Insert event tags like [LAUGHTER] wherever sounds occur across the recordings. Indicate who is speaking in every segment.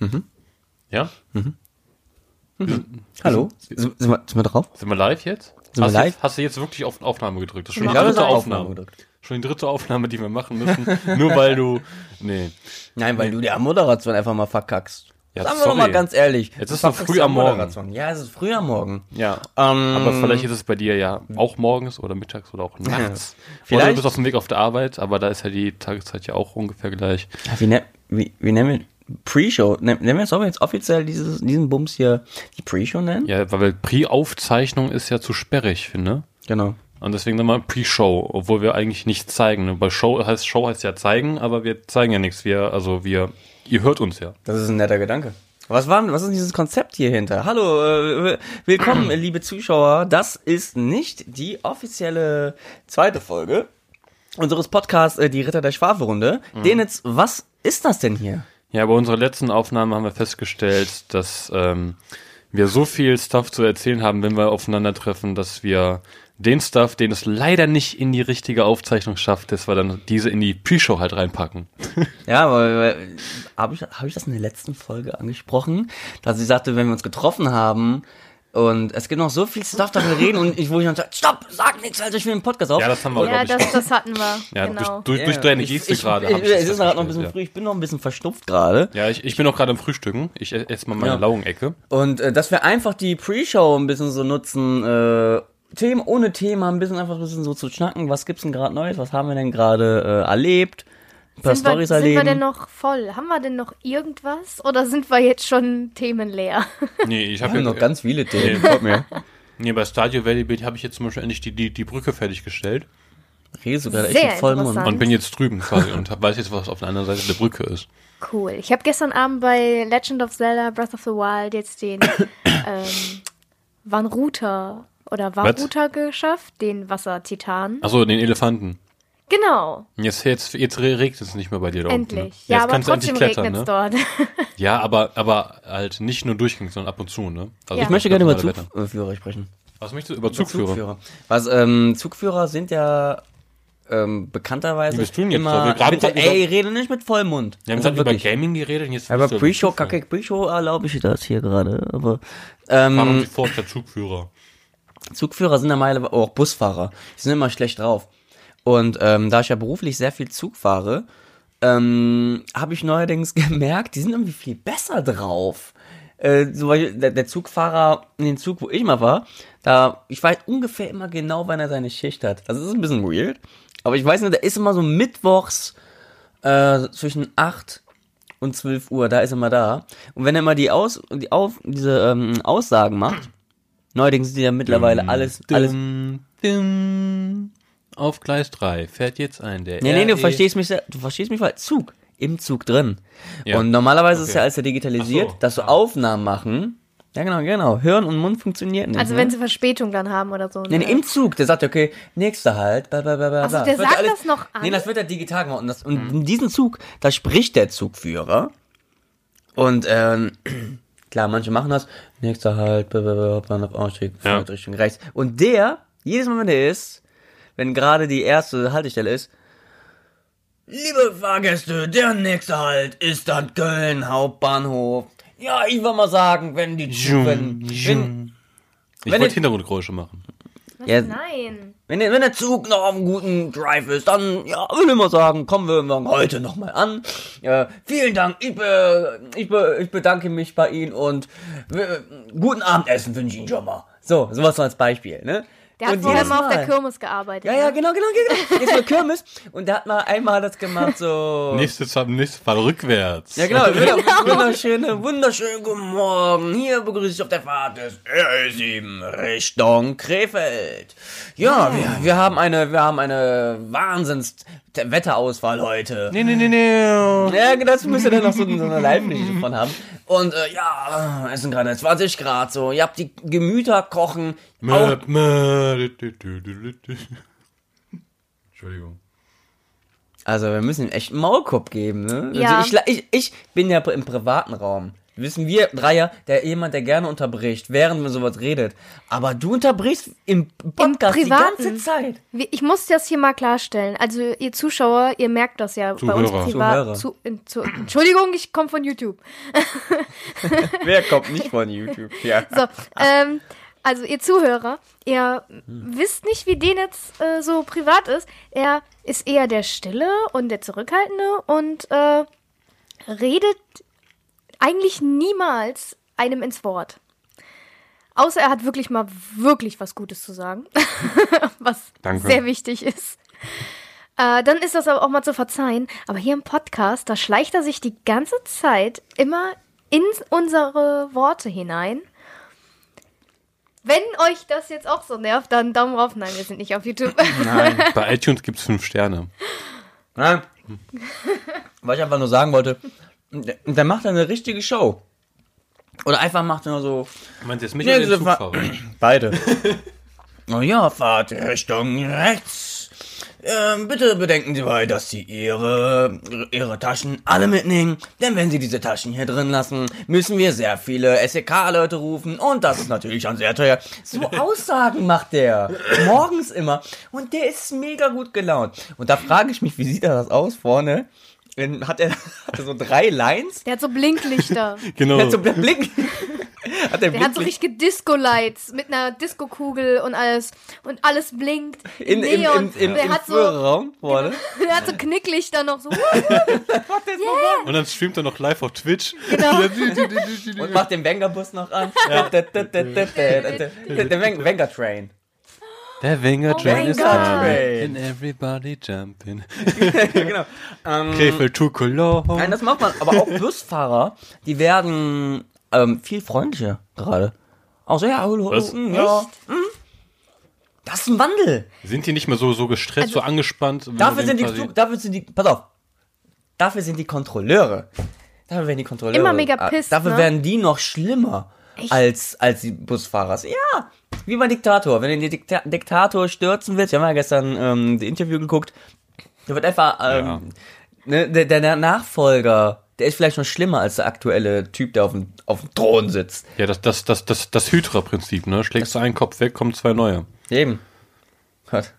Speaker 1: Mhm.
Speaker 2: Ja?
Speaker 1: Hallo? Sind, sind, wir, sind wir drauf?
Speaker 2: Sind wir live jetzt?
Speaker 1: Sind wir
Speaker 2: hast Du
Speaker 1: live?
Speaker 2: jetzt, hast du jetzt wirklich auf Aufnahme gedrückt? Das ist schon die
Speaker 1: Ich habe
Speaker 2: dritte
Speaker 1: auf
Speaker 2: Aufnahme.
Speaker 1: gedrückt.
Speaker 2: Schon die dritte Aufnahme, die wir machen müssen. [LAUGHS] nur weil du. Nee.
Speaker 1: Nein, weil du die Moderation einfach mal verkackst.
Speaker 2: Ja,
Speaker 1: Sagen wir
Speaker 2: sorry.
Speaker 1: doch mal ganz ehrlich.
Speaker 2: Jetzt
Speaker 1: du
Speaker 2: ist noch
Speaker 1: verkackst
Speaker 2: früh
Speaker 1: die
Speaker 2: am Morgen.
Speaker 1: Moderation. Ja, es ist früh am Morgen.
Speaker 2: Ja.
Speaker 1: Ähm,
Speaker 2: aber vielleicht ist es bei dir ja auch morgens oder mittags oder auch nachts. Oder du
Speaker 1: Vielleicht.
Speaker 2: bist auf dem Weg auf der Arbeit, aber da ist ja die Tageszeit ja auch ungefähr gleich.
Speaker 1: Wie, ne, wie, wie nennen wir Pre-Show? Nen- Nennen wir jetzt, sollen wir jetzt offiziell dieses, diesen Bums hier die Pre-Show nennen?
Speaker 2: Ja, weil Pre-Aufzeichnung ist ja zu sperrig, finde.
Speaker 1: Genau.
Speaker 2: Und deswegen dann mal Pre-Show, obwohl wir eigentlich nicht zeigen. ne? Weil Show heißt Show heißt ja zeigen, aber wir zeigen ja nichts. Wir, also wir, ihr hört uns ja.
Speaker 1: Das ist ein netter Gedanke. Was, war, denn- was ist dieses Konzept hier hinter? Hallo, äh, [CLEARS THROAT] willkommen, liebe Zuschauer. Das ist nicht die offizielle zweite Folge unseres Podcasts äh, Die Ritter der Schwafelrunde. Denitz, was ist das denn hier?
Speaker 2: Ja, bei unserer letzten Aufnahme haben wir festgestellt, dass ähm, wir so viel Stuff zu erzählen haben, wenn wir aufeinandertreffen, dass wir den Stuff, den es leider nicht in die richtige Aufzeichnung schafft, dass wir dann diese in die Pre-Show halt reinpacken.
Speaker 1: Ja, weil, weil habe ich, hab ich das in der letzten Folge angesprochen, dass sie sagte, wenn wir uns getroffen haben und es gibt noch so viel Stuff, da wir reden und ich, wo ich dann sage, stopp, sag nichts, also ich will einen Podcast auf.
Speaker 2: Ja, das haben wir,
Speaker 3: Ja,
Speaker 2: glaube ich.
Speaker 3: das, das hatten wir.
Speaker 2: [LAUGHS] ja,
Speaker 3: genau.
Speaker 2: durch, durch, durch deine Geste
Speaker 1: ich,
Speaker 2: gerade.
Speaker 1: Ich,
Speaker 2: hab
Speaker 1: ich,
Speaker 2: ich das
Speaker 1: es ist gerade noch ein bisschen
Speaker 2: festgestellt,
Speaker 1: früh, ich bin noch ein bisschen verstopft gerade.
Speaker 2: Ja, ja ich, ich bin auch gerade am Frühstücken. Ich esse jetzt mal meine
Speaker 1: Ja.
Speaker 2: Laugenecke.
Speaker 1: Und äh, dass wir einfach die Pre-Show ein bisschen so nutzen, äh, Themen ohne Thema, ein bisschen einfach ein bisschen so zu schnacken. Was gibt's denn gerade Neues? Was haben wir denn gerade äh, erlebt? Ein paar
Speaker 3: Sind wir,
Speaker 1: Storys
Speaker 3: sind
Speaker 1: erleben.
Speaker 3: wir denn noch voll? Haben wir denn noch irgendwas? Oder sind wir jetzt schon themenleer?
Speaker 2: [LAUGHS]
Speaker 3: [LAUGHS]
Speaker 2: Nee, ich
Speaker 1: wir
Speaker 2: habe
Speaker 1: haben
Speaker 2: ja,
Speaker 1: noch ganz viele Themen.
Speaker 2: Nee.
Speaker 1: Glaub mir.
Speaker 2: nee, bei Stadio Valley Beat habe ich jetzt zum Beispiel endlich die, die, die Brücke fertiggestellt
Speaker 1: Redest du gerade echt
Speaker 3: Sehr
Speaker 1: mit vollem Mund.
Speaker 3: interessant.
Speaker 2: und bin jetzt drüben quasi und hab, weiß jetzt, was auf der anderen Seite der Brücke ist.
Speaker 3: Cool. Ich habe gestern Abend bei Legend of Zelda Breath of the Wild
Speaker 2: [COUGHS]
Speaker 3: jetzt den ähm, Vanruta oder Vanruta geschafft, den Wassertitan.
Speaker 2: Achso, den Elefanten.
Speaker 3: Genau,
Speaker 2: Jetzt, jetzt, jetzt regnet es nicht mehr bei dir da unten. ne?
Speaker 3: endlich. Ja,
Speaker 2: jetzt
Speaker 3: aber
Speaker 2: kannst du endlich
Speaker 3: trotzdem
Speaker 2: klettern,
Speaker 3: regnet
Speaker 2: ne?
Speaker 3: es dort. [LAUGHS]
Speaker 2: Ja, aber, aber halt nicht nur durchgängig, sondern ab und zu, ne? Also
Speaker 3: Ja.
Speaker 1: Ich möchte gerne über
Speaker 2: ganz normale Wetter.
Speaker 1: Zugführer sprechen.
Speaker 2: Was möchtest du? Über Zugführer.
Speaker 1: Was, ähm, Zugführer sind ja ähm, bekannterweise
Speaker 2: Wie bist du denn jetzt da? Wir
Speaker 1: immer...
Speaker 2: haben gerade
Speaker 1: bitte,
Speaker 2: gesagt,
Speaker 1: ey, rede nicht mit vollem Mund.
Speaker 2: Wir haben
Speaker 1: Also
Speaker 2: gerade über
Speaker 1: wirklich.
Speaker 2: Gaming geredet und jetzt.
Speaker 1: aber
Speaker 2: bist du-
Speaker 1: Pre-Show, kacke, Pre-Show erlaube ich das hier gerade. Aber
Speaker 2: Warum
Speaker 1: ähm,
Speaker 2: sofort der Zugführer?
Speaker 1: Zugführer sind ja mal auch Busfahrer. Die sind immer schlecht drauf. Und ähm, da ich ja beruflich sehr viel Zug fahre, ähm, habe ich neuerdings [LAUGHS] gemerkt, die sind irgendwie viel besser drauf. Äh, zum Beispiel der, der Zugfahrer in den Zug, wo ich mal war, da ich weiß ungefähr immer genau, wann er seine Schicht hat. Das ist ein bisschen weird, aber ich weiß nicht, da ist immer so mittwochs äh, zwischen 8 und 12 Uhr, da ist er immer da. Und wenn er immer die Aus, die auf, diese ähm, Aussagen macht, neuerdings sind die ja mittlerweile alles, alles
Speaker 2: Dim, dim. Auf Gleis 3 fährt jetzt ein der. E-
Speaker 1: Nee, nee, du
Speaker 2: RE.
Speaker 1: verstehst mich, sehr- du verstehst mich falsch. Zug, im Zug drin.
Speaker 2: Ja.
Speaker 1: Und normalerweise ist
Speaker 2: Okay.
Speaker 1: ja alles ja digitalisiert,
Speaker 2: Ach so.
Speaker 1: dass so
Speaker 2: Ah.
Speaker 1: Aufnahmen machen. Ja, genau, genau. Hören und Mund funktioniert nicht.
Speaker 2: Mhm.
Speaker 3: Also
Speaker 1: ne?
Speaker 3: wenn sie Verspätung dann haben oder so.
Speaker 1: Nee,
Speaker 3: ne?
Speaker 1: nee, im Zug, der sagt, okay, nächster halt, bla, bla, bla, bla.
Speaker 3: Ach
Speaker 1: bla.
Speaker 3: so, Also der
Speaker 1: wird
Speaker 3: sagt das noch an? Hm.
Speaker 1: Nee, das wird ja digital gemacht. Und, das, und in diesem Zug, da spricht der Zugführer. Und, ähm, [CLEARS THROAT] klar, manche machen das. Nächster halt, bla, bla, bla, Bahnhof Ausstieg,
Speaker 2: Ja.
Speaker 1: Fahrt Richtung rechts. Und der, jedes Mal, wenn der ist, wenn gerade die erste Haltestelle ist, Liebe Fahrgäste, der nächste Halt ist dann Köln Hauptbahnhof. Ja, ich will mal sagen, wenn die Zug, wenn, wenn,
Speaker 2: Ich
Speaker 1: Wenn
Speaker 2: wollte
Speaker 1: ich-
Speaker 2: Hintergrundgeräusche machen.
Speaker 3: Was?
Speaker 1: Ja.
Speaker 3: Nein.
Speaker 1: Wenn der, wenn der Zug noch auf einem guten Drive ist, dann ja, würde ich mal sagen, kommen wir morgen heute nochmal an. Äh, vielen Dank, ich, be, ich, be, ich bedanke mich bei Ihnen und äh, guten Abendessen wünsche ich Ihnen schon mal. So, sowas so als Beispiel, ne?
Speaker 3: Der hat
Speaker 1: Und
Speaker 3: vorher
Speaker 1: jedes
Speaker 3: mal auf der
Speaker 1: Mal.
Speaker 3: Kirmes gearbeitet.
Speaker 1: Ja, ja,
Speaker 3: ne?
Speaker 1: genau, genau,
Speaker 3: [LAUGHS]
Speaker 1: genau. Jetzt war Kirmes und da hat mal einmal das gemacht, so.
Speaker 2: Nächstes Mal, nächstes Mal rückwärts.
Speaker 1: Ja, [LAUGHS] genau, genau. wunderschöne, wunderschönen guten Morgen. Hier begrüße ich auf der Fahrt des R7 Richtung Krefeld. Ja, wir, wir haben eine, wir haben eine Wahnsinns Wetterauswahl heute.
Speaker 2: Nee, nee, nee, nee.
Speaker 1: Ja, genau, das müsst ihr dann noch so, so eine Live-Geschichte von haben. Und äh, ja, es sind gerade 20 Grad so. Ihr habt die Gemüter kochen. Auch,
Speaker 2: Möp, möp, dü, dü, dü, dü, dü. Entschuldigung.
Speaker 1: also wir müssen ihm echt einen Maulkorb geben, ne?
Speaker 3: Ja.
Speaker 1: Also ich, ich, ich bin ja im privaten Raum. Wissen wir, Dreier, der jemand, der gerne unterbricht, während man sowas redet. Aber du unterbrichst im Podcast die
Speaker 3: Privaten.
Speaker 1: ganze Zeit.
Speaker 3: Wir- Ich muss das hier mal klarstellen. Also ihr Zuschauer, ihr merkt das ja bei uns
Speaker 2: Zuhörer.
Speaker 1: Zuhörer.
Speaker 3: privat. Zu, äh, zu, Entschuldigung, ich komme von YouTube.
Speaker 1: Wer kommt nicht von YouTube? Ja.
Speaker 3: [LAUGHS] So, ähm, also ihr Zuhörer, ihr wisst nicht, wie den jetzt äh, so privat ist. Er ist eher der Stille und der Zurückhaltende und äh, redet eigentlich niemals einem ins Wort. Außer er hat wirklich mal wirklich was Gutes zu sagen, [LAUGHS] was
Speaker 2: Danke.
Speaker 3: sehr wichtig ist. Äh, dann ist das aber auch mal zu verzeihen. Aber hier im Podcast, da schleicht er sich die ganze Zeit immer in unsere Worte hinein. Wenn euch das jetzt auch so nervt, dann Daumen rauf. Nein, wir sind nicht
Speaker 1: [LAUGHS]
Speaker 3: auf YouTube.
Speaker 2: Bei iTunes gibt's fünf Sterne.
Speaker 1: Nein. Was ich einfach nur sagen wollte, der, der macht eine richtige Show. Oder einfach macht nur so
Speaker 2: Meinst du jetzt mich
Speaker 1: Nee, diese Fa-
Speaker 2: [CLEARS THROAT]
Speaker 1: [CLEARS THROAT] Beide. oh ja, Fahrt Richtung rechts. Ähm, bitte bedenken Sie bei, dass Sie Ihre, Ihre Taschen alle mitnehmen. Denn wenn Sie diese Taschen hier drin lassen, müssen wir sehr viele SEK-Leute rufen. Und das ist natürlich schon sehr teuer. So Aussagen macht der. Morgens immer. Und der ist mega gut gelaunt. Und da frage ich mich, wie sieht er das aus vorne? In- Hat er, [LAUGHS] hat er so drei Lines?
Speaker 3: Der hat so Blinklichter.
Speaker 2: Genau.
Speaker 1: Der hat so einen Blick. Hat der,
Speaker 3: Der hat so
Speaker 1: Blick-
Speaker 3: richtige Disco-Lights mit einer Disco-Kugel und alles. Und alles blinkt.
Speaker 1: in, im, im,
Speaker 3: Neon.
Speaker 1: im,
Speaker 3: der,
Speaker 1: im
Speaker 3: hat so, Genau.
Speaker 1: Führerraum vorne.
Speaker 3: [LAUGHS] der hat so Knicklichter noch so.
Speaker 2: Und dann streamt er noch live auf Twitch. [LAUGHS]
Speaker 1: Und macht den Wenger-Bus noch an. Der Wen- Wenger-Train.
Speaker 2: Der Wenger
Speaker 3: mein
Speaker 2: Train is
Speaker 3: Gott.
Speaker 2: coming. And everybody jumping.
Speaker 1: Genau.
Speaker 2: Krefeld to
Speaker 1: Nein,
Speaker 2: Cologne.
Speaker 1: das macht man. Aber auch Busfahrer, die werden ähm, viel freundlicher gerade. Auch so, ja, hallo, hallo,
Speaker 2: Was?
Speaker 1: mm, ja. mm. Das ist ein Wandel.
Speaker 2: Sind die nicht mehr so, so gestresst, so angespannt? wenn
Speaker 1: Dafür
Speaker 2: man
Speaker 1: sind,
Speaker 2: den
Speaker 1: die,
Speaker 2: quasi-
Speaker 1: dafür sind die, pass auf, dafür sind die Kontrolleure. Dafür werden die Kontrolleure.
Speaker 3: Immer mega
Speaker 1: äh,
Speaker 3: pissed,
Speaker 1: Dafür
Speaker 3: ne?
Speaker 1: werden die noch schlimmer
Speaker 3: Echt?
Speaker 1: als, als die Busfahrer. Ja, wie beim Diktator. Wenn du den Dikta Diktator stürzen willst, wir haben ja gestern ähm, das Interview geguckt, der wird einfach, ähm,
Speaker 2: Ja.
Speaker 1: ne, der, der Nachfolger, der ist vielleicht noch schlimmer als der aktuelle Typ, der auf dem, auf dem Thron sitzt.
Speaker 2: Ja, das, das, das, das, das Hydra-Prinzip, ne? Schlägst du einen Kopf weg, kommen zwei neue.
Speaker 1: Eben. Gott.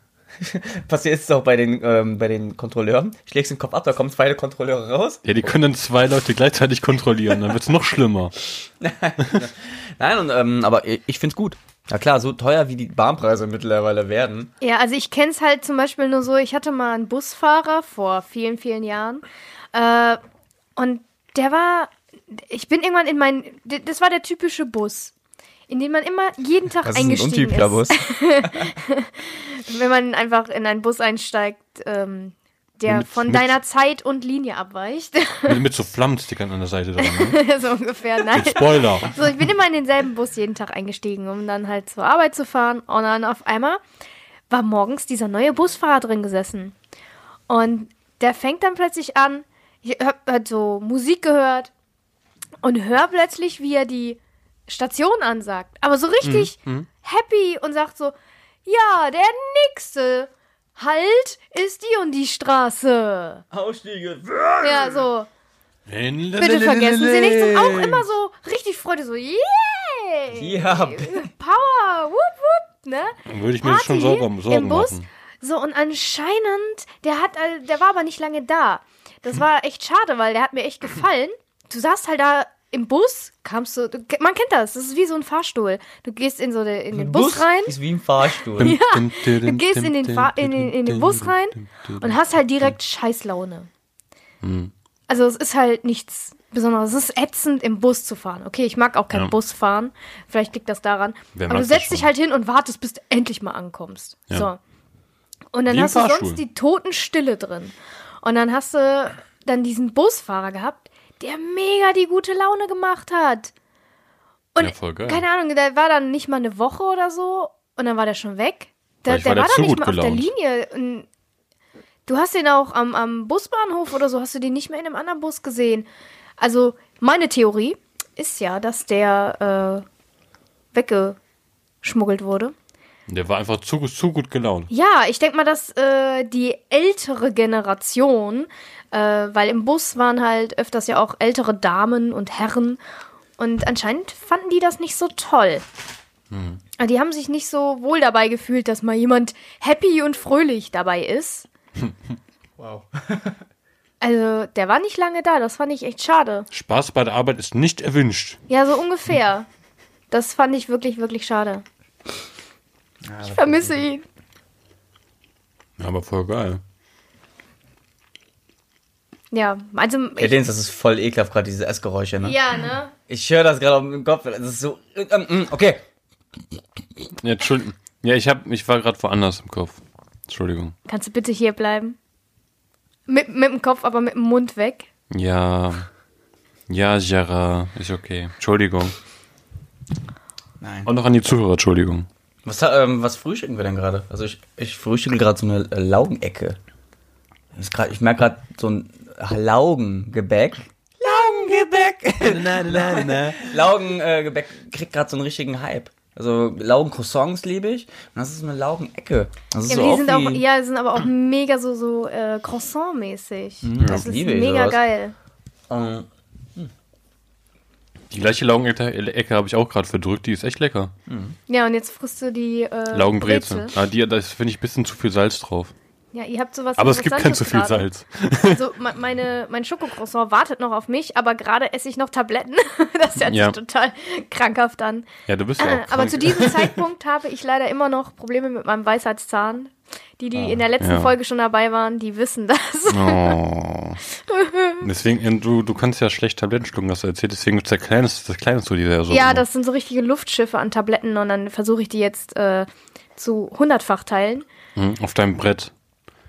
Speaker 1: [LAUGHS] Passiert es auch bei den, ähm, bei den Kontrolleuren. Schlägst den Kopf ab, da kommen zwei Kontrolleure raus.
Speaker 2: Ja, die können dann zwei Leute gleichzeitig kontrollieren, dann wird's noch schlimmer.
Speaker 1: Nein, und, ähm, aber ich, ich find's gut. Na klar, so teuer wie die Bahnpreise mittlerweile werden.
Speaker 3: Ja, also ich kenn's halt zum Beispiel nur so, ich hatte mal einen Busfahrer vor vielen, vielen Jahren. Äh, und der war, ich bin irgendwann in meinen, d- das war der typische Bus, in den man immer jeden Tag eingestiegen ist. [LAUGHS] Wenn man einfach in einen Bus einsteigt, ähm, der
Speaker 2: Mit-
Speaker 3: von
Speaker 2: mit-
Speaker 3: deiner Zeit und Linie abweicht. [LAUGHS]
Speaker 2: Mit, mit so Flammenstickern an der Seite dran. Ne?
Speaker 3: so ungefähr, nein.
Speaker 2: Spoiler.
Speaker 3: So, ich bin immer in denselben Bus jeden Tag eingestiegen, um dann halt zur Arbeit zu fahren. Und dann auf einmal war morgens dieser neue Busfahrer drin gesessen. Und der fängt dann plötzlich an, ich hab halt so Musik gehört und hör plötzlich, wie er die Station ansagt. Aber so richtig happy und sagt so, ja, der nächste Halt ist die und die Straße.
Speaker 1: Ausstiege.
Speaker 3: Ja, so. Bitte vergessen Sie nichts und auch immer so richtig Freude, so yay!
Speaker 1: Ja.
Speaker 3: Power, wupp, wupp, ne?
Speaker 2: Würde ich mir schon Sorgen, um, Sorgen
Speaker 3: im Bus.
Speaker 2: machen.
Speaker 3: So, und anscheinend, der hat, all- der war aber nicht lange da.
Speaker 2: Hm.
Speaker 3: Das war echt schade, weil der hat mir echt gefallen. Du saßt halt da im Bus, kamst du, du man kennt das, das ist wie so ein Fahrstuhl. Du gehst in so de, in den Bus rein.
Speaker 1: Ist wie ein Fahrstuhl.
Speaker 2: Ja,
Speaker 3: Du gehst in den, Fahr in den, in den Bus rein und hast halt direkt Scheißlaune.
Speaker 2: Mhm.
Speaker 3: Also es ist halt nichts Besonderes. Es ist ätzend, im Bus zu fahren. Okay, ich mag auch keinen
Speaker 2: Ja.
Speaker 3: Bus fahren. Vielleicht liegt das daran.
Speaker 2: Wer
Speaker 3: Aber
Speaker 2: mag
Speaker 3: du
Speaker 2: das
Speaker 3: setzt dich
Speaker 2: schon?
Speaker 3: halt hin und wartest, bis du endlich mal ankommst.
Speaker 2: Ja.
Speaker 3: So. Und dann
Speaker 2: Wie im
Speaker 3: hast du
Speaker 2: Fahrstuhl.
Speaker 3: sonst die Totenstille drin. Und dann hast du dann diesen Busfahrer gehabt, der mega die gute Laune gemacht hat. Und
Speaker 2: Ja, voll geil.
Speaker 3: keine Ahnung, der war dann nicht mal eine Woche oder so und dann war der schon weg. Der,
Speaker 2: Vielleicht war
Speaker 3: der war
Speaker 2: der zu
Speaker 3: dann nicht
Speaker 2: gut
Speaker 3: mal auf der
Speaker 2: gelaunt.
Speaker 3: Linie. Und du hast den auch am, am Busbahnhof oder so, hast du den nicht mehr in einem anderen Bus gesehen. Also meine Theorie ist ja, dass der äh, weggeschmuggelt wurde.
Speaker 2: Der war einfach zu, zu gut gelaunt.
Speaker 3: Ja, ich denke mal, dass äh, die ältere Generation, äh, weil im Bus waren halt öfters ja auch ältere Damen und Herren Und anscheinend fanden die das nicht so toll. Aber Die haben sich nicht so wohl dabei gefühlt, dass mal jemand happy und fröhlich dabei ist.
Speaker 4: Wow.
Speaker 3: [LAUGHS] Also, der war nicht lange da, das fand ich echt schade.
Speaker 2: Spaß bei der Arbeit ist nicht erwünscht.
Speaker 3: Ja, so ungefähr. Das fand ich wirklich, wirklich schade.
Speaker 4: Ja,
Speaker 3: Ich vermisse ihn.
Speaker 2: Ja, aber voll geil.
Speaker 3: Ja, also. Ich,
Speaker 1: Edens, das ist voll ekelhaft, gerade diese Essgeräusche, ne?
Speaker 3: ja, ne?
Speaker 1: Ich höre das gerade auf dem Kopf. Das ist so. ähm, ähm, Okay.
Speaker 2: Ja, Entschuldigung. Ja, ich, hab, ich war gerade woanders im Kopf. Entschuldigung.
Speaker 3: Kannst du bitte hier bleiben? Mit, mit dem Kopf, aber mit dem Mund weg.
Speaker 2: Ja. Ja, Jara, ist okay. Entschuldigung.
Speaker 4: Nein.
Speaker 2: Und noch an die Zuhörer, Entschuldigung.
Speaker 1: Was, ähm, was frühstücken wir denn gerade? Also ich, ich frühstücke gerade so eine äh, Laugenecke. Ist grad, ich merke gerade so ein Laugengebäck. Laugengebäck! [LAUGHS] Laugengebäck kriegt gerade so einen richtigen Hype. Also Laugencroissants liebe ich. Und das ist so eine Laugenecke. Das ist
Speaker 3: Ja,
Speaker 1: so
Speaker 3: aber die
Speaker 1: auch
Speaker 3: sind
Speaker 1: wie,
Speaker 3: auch, ja, sind aber auch mega so, so äh, Croissant-mäßig.
Speaker 2: Mhm.
Speaker 3: das ist
Speaker 1: liebe ich
Speaker 3: mega
Speaker 1: sowas.
Speaker 3: geil.
Speaker 1: ähm,
Speaker 2: Die gleiche Laugenecke habe ich auch gerade verdrückt, die ist echt lecker.
Speaker 3: Ja, und jetzt frisst du die äh,
Speaker 2: Laugenbreze.
Speaker 3: Brezel.
Speaker 2: Ah, die, da ist, finde ich, ein bisschen zu viel Salz drauf.
Speaker 3: Ja, ihr habt sowas
Speaker 2: Aber es gibt kein
Speaker 3: Interessantes
Speaker 2: zu viel
Speaker 3: gerade.
Speaker 2: Salz.
Speaker 3: [LAUGHS] Also me- meine, mein Schokocroissant wartet noch auf mich, aber gerade esse ich noch Tabletten. [LAUGHS] Das hört
Speaker 2: Ja.
Speaker 3: sich total krankhaft an.
Speaker 2: Ja, du bist ja auch krank.
Speaker 3: Äh, Aber zu diesem Zeitpunkt habe ich leider immer noch Probleme mit meinem Weisheitszahn. Die, die in der letzten
Speaker 2: Ah, ja.
Speaker 3: Folge schon dabei waren, die wissen das.
Speaker 2: Oh. Deswegen, äh, du, du kannst ja schlecht Tabletten schlucken, hast du erzählt, deswegen gibt's ja kleines, das kleines zu dir ja so.
Speaker 3: Ja, das sind so richtige Luftschiffe an Tabletten und dann versuche ich die jetzt äh, zu hundertfach teilen.
Speaker 2: Hm, Auf deinem Brett.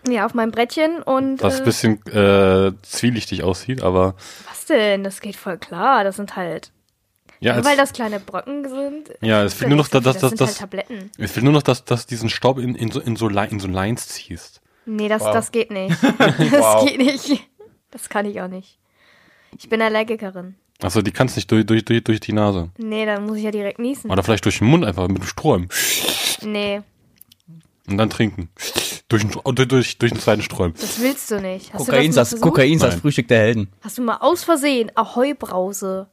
Speaker 3: Ja, auf meinem Brettchen und
Speaker 2: Was ein
Speaker 3: äh,
Speaker 2: bisschen äh, zwielichtig aussieht, aber
Speaker 3: was denn? Das geht voll klar. Das sind halt,
Speaker 2: ja,
Speaker 3: nur
Speaker 2: es,
Speaker 3: weil das kleine Brocken sind.
Speaker 2: Ja, es
Speaker 3: ist
Speaker 2: fehlt
Speaker 3: da
Speaker 2: nur
Speaker 3: nicht
Speaker 2: noch,
Speaker 3: so
Speaker 2: dass-
Speaker 3: viel.
Speaker 2: dass-
Speaker 3: sind
Speaker 2: dass-
Speaker 3: halt Tabletten.
Speaker 2: ich will nur noch, dass, dass diesen Staub in, in, so, in, so, Li- in so Lines ziehst.
Speaker 3: Nee, das,
Speaker 4: Wow.
Speaker 3: das
Speaker 2: [LAUGHS]
Speaker 3: geht nicht. Das geht nicht. Das kann ich auch nicht. Ich bin Allergikerin.
Speaker 2: Also die kannst nicht durch, durch, durch, durch die Nase.
Speaker 3: Nee, dann muss ich ja direkt niesen.
Speaker 2: Oder vielleicht durch den Mund einfach mit dem Sträumen.
Speaker 3: Nee,
Speaker 2: Und dann trinken. Durch den, oh, durch, durch, durch den zweiten Sträumen.
Speaker 3: das willst du nicht. Hast du das mal
Speaker 1: Kokainsatz,
Speaker 3: versucht?
Speaker 1: Kokainsatz,
Speaker 2: Nein.
Speaker 1: Frühstück der Helden.
Speaker 3: Hast du mal aus Versehen Ahoi-Brause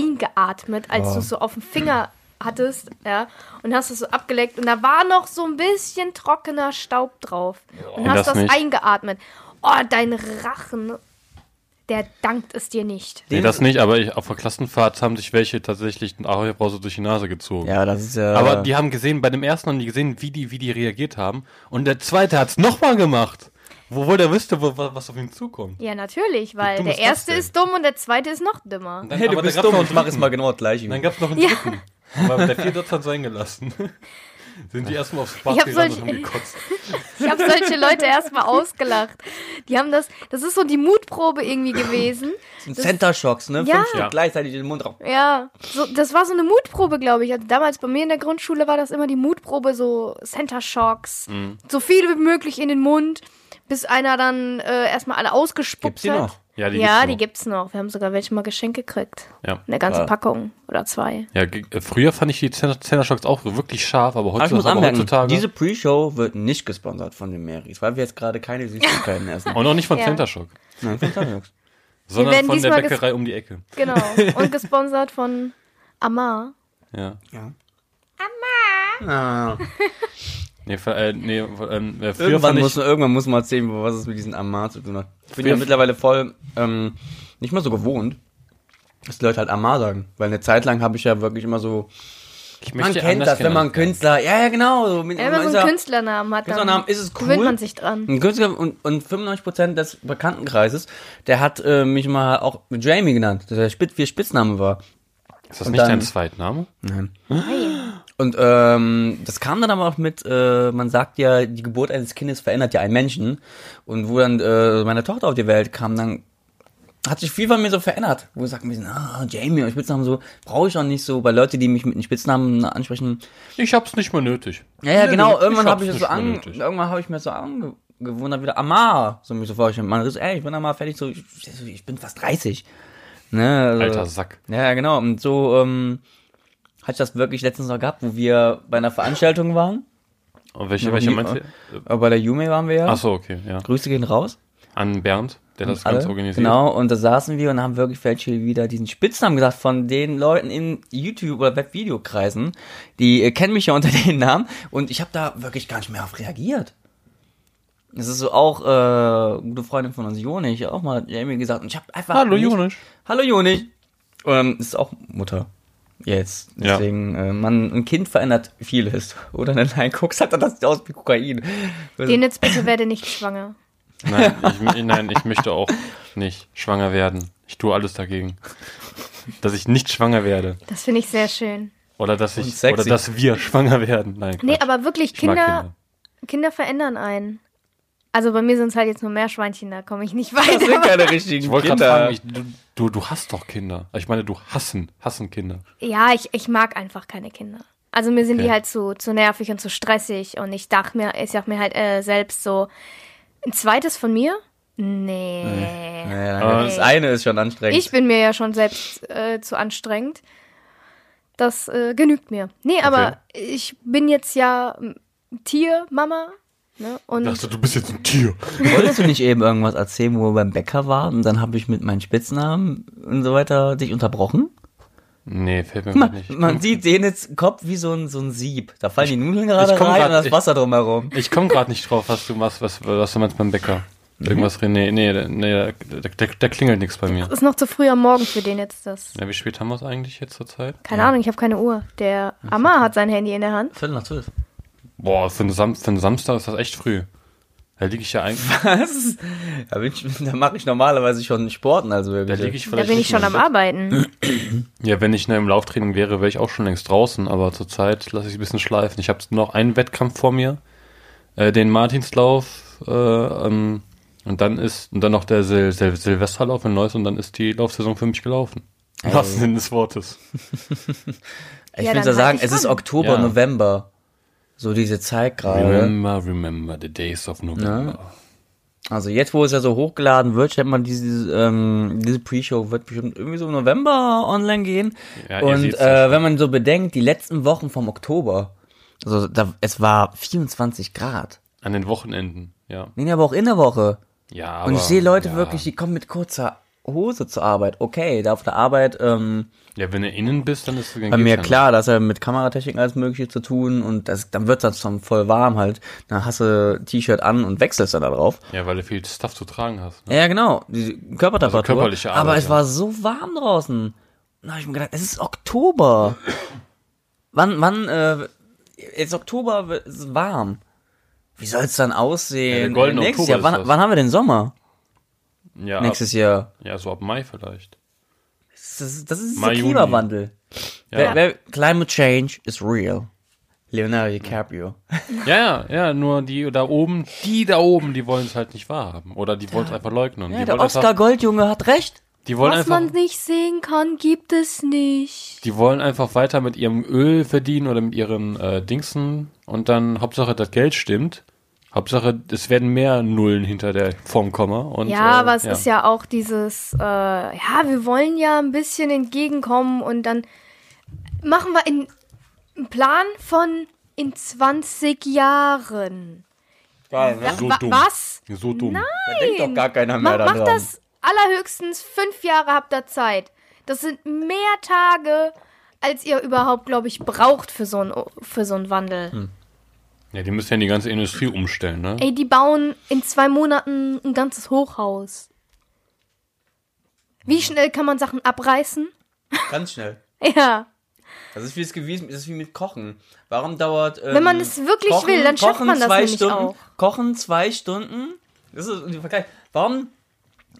Speaker 3: eingeatmet, als
Speaker 1: Oh.
Speaker 3: du es so auf dem Finger hattest, ja, und hast es so abgeleckt und da war noch so ein bisschen trockener Staub drauf und
Speaker 2: Wenn
Speaker 3: hast
Speaker 2: das
Speaker 3: das,
Speaker 2: nicht-
Speaker 3: eingeatmet. Oh, dein Rachen, der dankt es dir nicht.
Speaker 2: Nee, das nicht, aber ich, auf der Klassenfahrt haben sich welche tatsächlich einen Ahoi-Brause durch die Nase gezogen.
Speaker 1: Ja, das ist ja.
Speaker 2: Aber die haben gesehen, bei dem ersten haben die gesehen, wie die, wie die reagiert haben. Und der zweite hat's nochmal gemacht. Obwohl der wüsste, wo, wa- was auf ihn zukommt.
Speaker 3: Ja, natürlich,
Speaker 2: Wie
Speaker 3: weil
Speaker 2: dumm
Speaker 3: der
Speaker 2: ist das
Speaker 3: erste
Speaker 2: denn?
Speaker 3: ist dumm und der zweite ist noch dümmer.
Speaker 2: Und Dann,
Speaker 1: hey, du
Speaker 2: aber
Speaker 1: bist
Speaker 2: da gab's
Speaker 1: dumm,
Speaker 2: noch
Speaker 1: ich mach
Speaker 2: einen
Speaker 1: es
Speaker 2: dritten.
Speaker 1: mal [LAUGHS] genau gleich.
Speaker 2: Dann gab's noch einen
Speaker 3: Ja.
Speaker 2: dritten. Aber der vierte hat's sein gelassen. Sind die erstmal aufs Bad
Speaker 3: Ich hab
Speaker 2: gerannt und
Speaker 3: solche-
Speaker 2: haben gekotzt.
Speaker 3: Ich habe solche
Speaker 2: [LAUGHS]
Speaker 3: Leute erstmal ausgelacht. Die haben das, das ist so die Mutprobe irgendwie gewesen.
Speaker 1: Ein Center Shocks, ne?
Speaker 3: Ja.
Speaker 1: Fünf Stück
Speaker 2: Ja.
Speaker 1: gleichzeitig in den Mund rauf.
Speaker 3: Ja, so, das war so eine Mutprobe, glaube ich. Also damals bei mir in der Grundschule war das immer die Mutprobe, so Center Shocks,
Speaker 1: Mhm.
Speaker 3: so viel wie möglich in den Mund, bis einer dann äh, erstmal alle ausgespuckt
Speaker 1: Gibt's die
Speaker 3: hat.
Speaker 1: noch?
Speaker 2: Ja, die
Speaker 3: ja,
Speaker 2: gibt's
Speaker 3: die
Speaker 2: noch.
Speaker 3: gibt's noch. Wir haben sogar welche mal geschenkt gekriegt.
Speaker 2: Ja.
Speaker 3: Eine ganze
Speaker 1: Ja.
Speaker 3: Packung oder zwei.
Speaker 2: Ja, ge- äh, früher fand ich die Zähne- Zähnerschocks auch wirklich scharf, aber
Speaker 1: Aber ich muss
Speaker 2: heutzutage. Aber
Speaker 1: anmerken,
Speaker 2: heutzutage
Speaker 1: diese Pre-Show wird nicht gesponsert von den Marys, weil wir jetzt gerade keine [LAUGHS] Süßigkeiten essen.
Speaker 2: und auch nicht von
Speaker 3: Ja.
Speaker 2: Zähnerschock,
Speaker 1: Nein, von Center Shocks.
Speaker 2: sondern
Speaker 3: werden
Speaker 2: von der
Speaker 3: diesmal ges-
Speaker 2: Bäckerei um die Ecke.
Speaker 3: Genau. [LAUGHS] Und gesponsert von Amar.
Speaker 2: Ja.
Speaker 1: Ah.
Speaker 2: Nee, ver- äh, nee, ähm, äh, früher
Speaker 1: Irgendwann,
Speaker 2: fand
Speaker 1: muss
Speaker 2: ich,
Speaker 1: man, irgendwann muss man erzählen, was es mit diesen Amar zu tun hat. Ich bin
Speaker 2: Früher-
Speaker 1: ja mittlerweile voll ähm, nicht mal so gewohnt, dass die Leute halt Amar sagen. Weil eine Zeit lang habe ich ja wirklich immer so.
Speaker 2: ich
Speaker 1: Man
Speaker 2: möchte
Speaker 1: kennt
Speaker 2: anders
Speaker 1: das, wenn man
Speaker 2: genannt werden.
Speaker 1: Künstler. Ja, ja, genau. So, mit,
Speaker 3: Wenn man so
Speaker 1: dieser-
Speaker 3: einen Künstlernamen hat, dann
Speaker 1: Künstlernamen ist es cool. Hm.
Speaker 3: gewöhnt man sich dran.
Speaker 1: Ein Künstler und, und 95% des Bekanntenkreises, der hat äh, mich mal auch mit Jamie genannt, dass der Spitz, wie Spitzname war.
Speaker 2: Ist das
Speaker 1: Und
Speaker 2: nicht
Speaker 1: dann-
Speaker 2: dein Zweitname?
Speaker 1: Und ähm, das kam dann aber auch mit, äh, man sagt ja, die Geburt eines Kindes verändert ja einen Menschen. Und wo dann äh, meine Tochter auf die Welt kam, dann hat sich viel von mir so verändert. Wo ich sag, ah, Jamie, und Spitznamen so, brauche ich auch nicht so. Bei Leuten, die mich mit einem Spitznamen ansprechen,
Speaker 2: Ich hab's nicht mehr nötig.
Speaker 1: Ja, ja,
Speaker 2: Nee,
Speaker 1: genau.
Speaker 2: ich
Speaker 1: Irgendwann
Speaker 2: hab's
Speaker 1: habe ich das
Speaker 2: nicht
Speaker 1: so
Speaker 2: mehr
Speaker 1: an,
Speaker 2: nötig.
Speaker 1: irgendwann habe ich mir so angewundert wieder Amar, so mich so vorgestellt. Man ist, ey, ich bin Amar fertig, so ich, ich bin fast 30. Ne, also,
Speaker 2: Alter Sack.
Speaker 1: Ja, genau. Und so ähm, hatte ich das wirklich letztens noch gehabt, wo wir bei einer Veranstaltung waren. äh,
Speaker 2: Und welche,
Speaker 1: Ja,
Speaker 2: welche
Speaker 1: die-
Speaker 2: meinst du?
Speaker 1: Äh, Bei der Yume waren wir ja.
Speaker 2: Achso, okay, ja.
Speaker 1: Grüße gehen raus.
Speaker 2: An Bernd. der das
Speaker 1: alle.
Speaker 2: ganz organisiert.
Speaker 1: Genau, und da saßen wir und haben wirklich welche wieder diesen Spitznamen gesagt von den Leuten in YouTube oder Webvideokreisen. Die äh, kennen mich ja unter [LAUGHS] den Namen und ich habe da wirklich gar nicht mehr auf reagiert. Das ist so auch äh, eine gute Freundin von uns, Jonig, auch mal Jamie gesagt. Und ich habe einfach.
Speaker 2: Hallo,
Speaker 1: nicht- [LAUGHS]
Speaker 2: Jonig.
Speaker 1: Hallo Jonig. Ähm, ist auch Mutter. Jetzt.
Speaker 2: Ja.
Speaker 1: Deswegen, äh, man, ein Kind verändert vieles. Oder wenn du reinguckst, hat er das aus wie Kokain. [LAUGHS]
Speaker 3: Den jetzt bitte werde nicht schwanger.
Speaker 2: Nein ich, nein, ich möchte auch nicht schwanger werden. Ich tue alles dagegen. Dass ich nicht schwanger werde.
Speaker 3: Das finde ich sehr schön.
Speaker 2: Oder dass
Speaker 1: Und
Speaker 2: ich
Speaker 1: sexy.
Speaker 2: oder dass wir schwanger werden. Nein,
Speaker 3: Nee,
Speaker 2: Quatsch.
Speaker 3: aber wirklich,
Speaker 2: Ich mag
Speaker 3: Kinder, Kinder verändern einen. Also bei mir sind es halt jetzt nur Meerschweinchen, da komme ich nicht weiter.
Speaker 1: keine richtigen
Speaker 2: Ich wollte gerade fragen, ich, du, du, du hast doch Kinder. Ich meine, du hassen, hassen Kinder.
Speaker 3: Ja, ich, ich mag einfach keine Kinder. Also mir sind die
Speaker 2: Okay.
Speaker 3: halt zu, zu nervig und zu stressig und ich dachte mir, ich sag mir halt äh, selbst so, ein zweites von mir? Nee.
Speaker 2: Ah.
Speaker 1: Naja, das eine ist schon anstrengend.
Speaker 3: Ich bin mir ja schon selbst äh, zu anstrengend. Das äh, genügt mir. Nee, aber ich bin jetzt ja m, Tiermama. Ne? Und
Speaker 2: Ich dachte, du bist jetzt ein Tier.
Speaker 1: Wolltest du nicht eben irgendwas erzählen, wo wir beim Bäcker waren und dann habe ich mit meinen Spitznamen und so weiter dich unterbrochen?
Speaker 2: Nee, fällt mir
Speaker 1: Man,
Speaker 2: nicht.
Speaker 1: man sieht den jetzt Kopf wie so ein, so ein Sieb. Da fallen die Nudeln gerade
Speaker 2: ich komm
Speaker 1: rein
Speaker 2: grad-
Speaker 1: und das
Speaker 2: ich-
Speaker 1: Wasser drumherum.
Speaker 2: Ich komme gerade nicht drauf, was du machst, was, was du meinst beim Bäcker. Irgendwas, nee, nee, nee da, da, da, da klingelt nichts bei mir.
Speaker 3: ist noch zu früh am Morgen für den jetzt das.
Speaker 2: Ja, wie spät haben wir es eigentlich jetzt zur Zeit?
Speaker 3: Keine Ahnung, ich habe keine Uhr. Der Amma hat sein Handy in der Hand.
Speaker 1: Viertel nach [LAUGHS] zwölf.
Speaker 2: Boah, für einen, Sam für einen Samstag ist das echt früh. Da liege ich ja eigentlich.
Speaker 1: Was? Da, bin ich- da mache ich normalerweise schon Sporten, also
Speaker 2: Da
Speaker 1: wirklich.
Speaker 2: liege ich
Speaker 3: Da
Speaker 2: vielleicht.
Speaker 3: bin ich schon
Speaker 2: nicht
Speaker 3: am
Speaker 2: mehr im
Speaker 3: Arbeiten.
Speaker 2: Bett. Ja, wenn ich nur im Lauftraining wäre, wäre ich auch schon längst draußen, aber zurzeit lasse ich es ein bisschen schleifen. Ich habe noch einen Wettkampf vor mir, äh, den Martinslauf, äh, ähm, und dann ist, und dann noch der Sil Sil Silvesterlauf in Neuss und dann ist die Laufsaison für mich gelaufen. Im wahrsten Sinne des Wortes.
Speaker 1: Ich
Speaker 3: Ja,
Speaker 1: will
Speaker 3: dann
Speaker 1: so sagen,
Speaker 3: halt ich
Speaker 1: es ist
Speaker 3: dran.
Speaker 1: Oktober,
Speaker 2: Ja. Mhm.
Speaker 1: November. So diese Zeit gerade.
Speaker 2: Remember, remember the days of November.
Speaker 1: Also jetzt, wo es ja so hochgeladen wird, stellt man diese, ähm, diese Pre-Show wird bestimmt irgendwie so im November online gehen.
Speaker 2: Ja, ihr
Speaker 1: Und
Speaker 2: seht's ja
Speaker 1: äh, wenn man so bedenkt, die letzten Wochen vom Oktober, also da, es war 24 Grad.
Speaker 2: An den Wochenenden, ja.
Speaker 1: Nee, aber auch in der Woche.
Speaker 2: Ja, aber,
Speaker 1: Und ich sehe Leute
Speaker 2: ja.
Speaker 1: wirklich, die kommen mit kurzer Hose zur Arbeit. Okay, da auf der Arbeit, ähm,
Speaker 2: Ja, wenn du innen bist, dann ist es
Speaker 1: Bei mir klar, das hat ja mit Kameratechnik alles Mögliche zu tun und das, dann wird das schon voll warm halt. Dann hast du T-Shirt an und wechselst dann da drauf.
Speaker 2: Ja, weil du viel Stuff zu tragen hast. Ne?
Speaker 1: Ja, ja, genau, die Körpertemperatur.
Speaker 2: Also körperliche Arbeit,
Speaker 1: aber es
Speaker 2: ja.
Speaker 1: war so warm draußen. Da habe ich mir gedacht, es ist Oktober. wann, wann, äh, jetzt Oktober w- ist warm. Wie soll es dann
Speaker 2: Ja, der
Speaker 1: aussehen?
Speaker 2: goldene
Speaker 1: Nächstes
Speaker 2: Oktober
Speaker 1: Jahr,
Speaker 2: ist
Speaker 1: wann,
Speaker 2: das.
Speaker 1: wann haben wir den Sommer?
Speaker 2: Ja,
Speaker 1: Nächstes Jahr.
Speaker 2: ab, ja, so ab Mai vielleicht.
Speaker 1: Das ist, das ist
Speaker 2: Mai,
Speaker 1: der
Speaker 2: Juni.
Speaker 1: Klimawandel.
Speaker 2: Ja, ja,
Speaker 1: Wer, wer, climate change is real. Leonardo DiCaprio.
Speaker 2: ja, ja, nur die da oben, die da oben, die wollen es halt nicht wahrhaben. Oder die wollen es einfach leugnen.
Speaker 1: Ja,
Speaker 2: die
Speaker 1: der
Speaker 2: wollen
Speaker 1: Oscar
Speaker 2: einfach,
Speaker 1: Goldjunge hat recht.
Speaker 2: die wollen
Speaker 3: Was man
Speaker 2: einfach,
Speaker 3: nicht sehen kann, gibt es nicht.
Speaker 2: die wollen einfach weiter mit ihrem Öl verdienen oder mit ihren äh, Dingsen und dann Hauptsache das Geld stimmt. Hauptsache, es werden mehr Nullen hinter der Form Komma. Und,
Speaker 3: Ja,
Speaker 2: äh,
Speaker 3: aber es ist ja auch dieses, äh, ja, wir wollen ja ein bisschen entgegenkommen und dann machen wir in, einen Plan von in 20 Jahren.
Speaker 1: Geil,
Speaker 3: Ja,
Speaker 2: so
Speaker 3: wa-
Speaker 2: dumm.
Speaker 3: was?
Speaker 2: So dumm.
Speaker 1: Da denkt doch gar keiner mehr
Speaker 3: Mach,
Speaker 1: daran.
Speaker 3: mach das allerhöchstens fünf Jahre habt ihr Zeit. Das sind mehr Tage, als ihr überhaupt, glaube ich, braucht für so einen für so einen Wandel.
Speaker 1: Mhm.
Speaker 2: Ja, die müssen ja die ganze Industrie umstellen, ne?
Speaker 3: Ey, die bauen in zwei Monaten ein ganzes Hochhaus.
Speaker 1: Mhm.
Speaker 3: Wie schnell kann man Sachen abreißen? [LAUGHS]
Speaker 1: Ganz schnell.
Speaker 3: Ja.
Speaker 1: Das ist wie es gewesen, das ist wie mit Kochen. Warum dauert. ähm,
Speaker 3: Wenn man es wirklich will, dann schafft man das
Speaker 1: zwei
Speaker 3: nämlich
Speaker 1: Stunden,
Speaker 3: auch.
Speaker 1: Kochen zwei Stunden. Das ist der Vergleich. Warum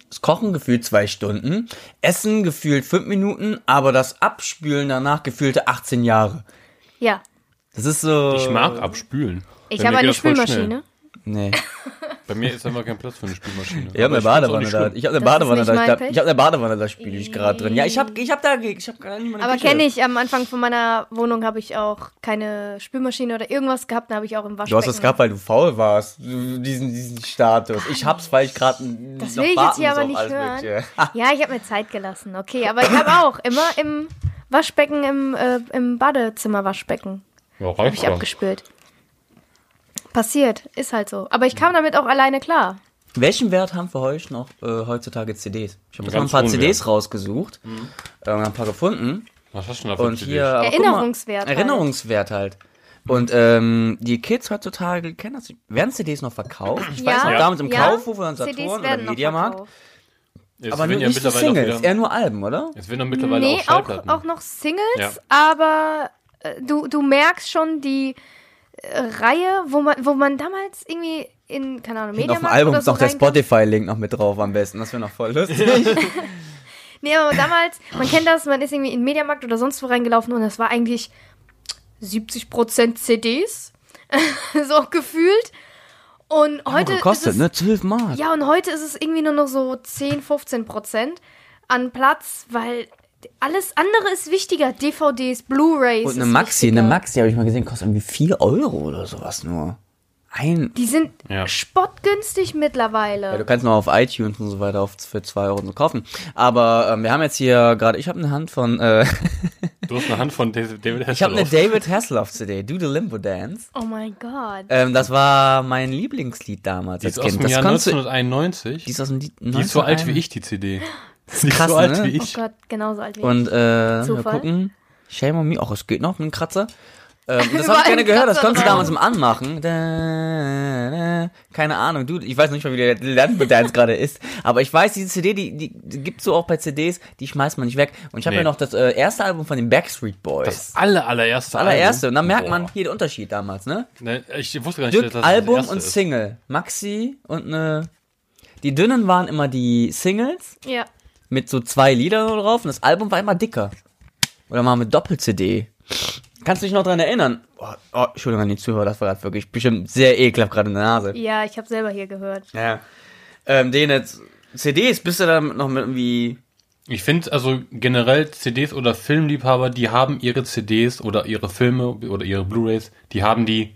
Speaker 1: das Kochen gefühlt zwei Stunden, Essen gefühlt fünf Minuten, aber das Abspülen danach gefühlte 18 Jahre.
Speaker 3: Ja.
Speaker 1: Das ist so.
Speaker 2: Ich mag abspülen.
Speaker 3: Ich
Speaker 2: Bei mir
Speaker 3: habe eine
Speaker 2: geht das voll schnell.
Speaker 3: Spülmaschine.
Speaker 1: [LAUGHS] Nee.
Speaker 2: Bei mir ist einfach kein Platz für eine Spülmaschine.
Speaker 1: Ich habe eine Badewanne da. Ich habe eine
Speaker 3: Das ist
Speaker 1: Badewanne
Speaker 3: nicht
Speaker 1: da. Ich
Speaker 3: mein
Speaker 1: hab-
Speaker 3: Pech.
Speaker 1: Ich habe eine Badewanne da spiele ich gerade drin. Ja, ich habe ich hab da ich hab gar nicht meine
Speaker 3: Aber
Speaker 1: Küche.
Speaker 3: kenne ich, am Anfang von meiner Wohnung habe ich auch keine Spülmaschine oder irgendwas gehabt, da habe ich auch im
Speaker 1: Du
Speaker 3: Waschbecken.
Speaker 1: hast es gehabt, weil du faul warst, du- diesen, diesen Status. Ich hab's, weil ich gerade n-
Speaker 3: Das
Speaker 1: noch
Speaker 3: will ich jetzt
Speaker 1: warten
Speaker 3: hier
Speaker 1: muss
Speaker 3: aber
Speaker 1: auf
Speaker 3: nicht
Speaker 1: alles
Speaker 3: hören. Ah.
Speaker 1: Mögliche.
Speaker 3: Ja, ich habe mir Zeit gelassen, okay. Aber ich habe auch immer im Waschbecken, im, äh, im Badezimmer Waschbecken
Speaker 2: Ja,
Speaker 3: habe
Speaker 2: reicht
Speaker 3: ich
Speaker 2: doch.
Speaker 3: abgespült. Passiert, ist halt so. Aber ich kam damit auch alleine klar.
Speaker 1: [LAUGHS] Welchen Wert haben für euch noch äh, heutzutage CDs? Ich habe jetzt mal ein
Speaker 2: Ganz
Speaker 1: paar
Speaker 2: hohen
Speaker 1: CDs rausgesucht,
Speaker 3: Mhm.
Speaker 1: äh, ein paar gefunden.
Speaker 2: Was hast du denn da für
Speaker 1: Und
Speaker 2: CDs?
Speaker 1: hier aber guck
Speaker 3: Erinnerungswert
Speaker 1: Mal,
Speaker 3: halt.
Speaker 1: Erinnerungswert halt. Und ähm, die Kids heutzutage kennen das. nicht. Werden CDs noch verkauft?
Speaker 3: Ah,
Speaker 1: Ich weiß noch, damals im Kaufhof oder im
Speaker 3: CDs
Speaker 1: Saturn oder
Speaker 3: werden
Speaker 1: im
Speaker 3: noch
Speaker 1: Mediamarkt.
Speaker 3: verkauft.
Speaker 2: Jetzt
Speaker 1: Aber nur
Speaker 2: werden ja
Speaker 1: nicht die
Speaker 2: mittlerweile auch
Speaker 1: Singles,
Speaker 2: wieder-
Speaker 1: eher nur Alben, oder?
Speaker 2: Jetzt werden ja mittlerweile
Speaker 3: nee,
Speaker 2: auch
Speaker 3: auch,
Speaker 2: Schallplatten.
Speaker 3: auch noch Singles,
Speaker 2: Ja.
Speaker 3: aber äh, du, du merkst schon die äh, Reihe, wo man, wo man damals irgendwie in, keine Ahnung,
Speaker 1: Und auf
Speaker 3: Mediamarkt
Speaker 1: dem Album
Speaker 3: oder
Speaker 1: ist
Speaker 3: so
Speaker 1: noch der
Speaker 3: reinkam.
Speaker 1: Spotify-Link noch mit drauf am besten. Das wäre noch voll lustig.
Speaker 3: Nee, aber damals, man kennt das, man ist irgendwie in den Mediamarkt oder sonst wo reingelaufen und das war eigentlich 70% CDs. [LAUGHS] so gefühlt. Und heute. ist
Speaker 1: gekostet,
Speaker 3: es,
Speaker 1: ne? 12 Mark.
Speaker 3: Ja, und heute ist es irgendwie nur noch so 10, 15% an Platz, weil alles andere ist wichtiger. DVDs, Blu-Rays.
Speaker 1: Und eine
Speaker 3: ist
Speaker 1: Maxi,
Speaker 3: wichtiger.
Speaker 1: eine Maxi habe ich mal gesehen, kostet irgendwie 4 Euro oder sowas nur. Ein.
Speaker 3: Die sind
Speaker 2: Ja.
Speaker 3: spottgünstig mittlerweile.
Speaker 1: Ja, du kannst noch auf iTunes und so weiter auf, für 2 Euro und so kaufen. Aber ähm, wir haben jetzt hier gerade, ich habe eine Hand von, äh,
Speaker 2: Du hast eine Hand von David Hasselhoff.
Speaker 1: [LAUGHS] ich habe eine David Hasselhoff CD, Do the Limbo Dance.
Speaker 3: oh mein Gott.
Speaker 1: Ähm, das war mein Lieblingslied damals
Speaker 2: Die ist
Speaker 1: als
Speaker 2: aus
Speaker 1: Kind.
Speaker 2: dem
Speaker 1: Das
Speaker 2: Jahr
Speaker 1: konntest du,
Speaker 2: 1991.
Speaker 1: die
Speaker 2: Die
Speaker 1: ist aus dem Lied
Speaker 2: ist so alt wie ich, die CD. Die ist
Speaker 1: krass,
Speaker 2: so alt
Speaker 1: ne?
Speaker 2: wie
Speaker 3: oh
Speaker 2: ich.
Speaker 3: Gott, genauso alt wie ich.
Speaker 1: Und äh, mal
Speaker 3: Zufall.
Speaker 1: gucken. Shame on me. Ach, es geht noch mit einem Kratzer.
Speaker 3: [LAUGHS]
Speaker 1: Ähm, das habe
Speaker 3: Überall
Speaker 1: ich gerne
Speaker 3: ein
Speaker 1: gehört, das
Speaker 3: Kratzer
Speaker 1: konntest du
Speaker 3: drauf.
Speaker 1: damals im Anmachen. Da, da, keine Ahnung, du, ich weiß nicht mal, wie der Lambo
Speaker 3: [LAUGHS]
Speaker 1: Dance gerade ist. Aber ich weiß, diese CD, die, die, die gibt's so auch bei CDs, die schmeißt man nicht weg. Und ich habe
Speaker 2: Nee.
Speaker 1: ja noch das äh, erste Album von den Backstreet Boys. Das
Speaker 2: Das aller, allererste Album.
Speaker 1: allererste. Und dann merkt man
Speaker 2: Boah.
Speaker 1: hier den Unterschied damals, ne?
Speaker 2: Ne, ich wusste gar nicht,
Speaker 1: Dünn,
Speaker 2: dass das
Speaker 1: Album
Speaker 2: das erste
Speaker 1: und
Speaker 2: ist.
Speaker 1: Single. Maxi und eine. Die dünnen waren immer die Singles
Speaker 3: ja.
Speaker 1: mit so zwei Liedern nur drauf und das Album war immer dicker. Oder mal mit Doppel-CD. Kannst du dich noch dran erinnern? Oh, oh, Entschuldigung an die Zuhörer, das war gerade wirklich bestimmt sehr ekelhaft gerade in der Nase.
Speaker 3: ja, ich habe selber hier gehört.
Speaker 1: Ja. Ähm, den jetzt, CDs, bist du da noch mit irgendwie...
Speaker 2: Ich finde, also generell CDs oder Filmliebhaber, die haben ihre CDs oder ihre Filme oder ihre Blu-Rays, die haben die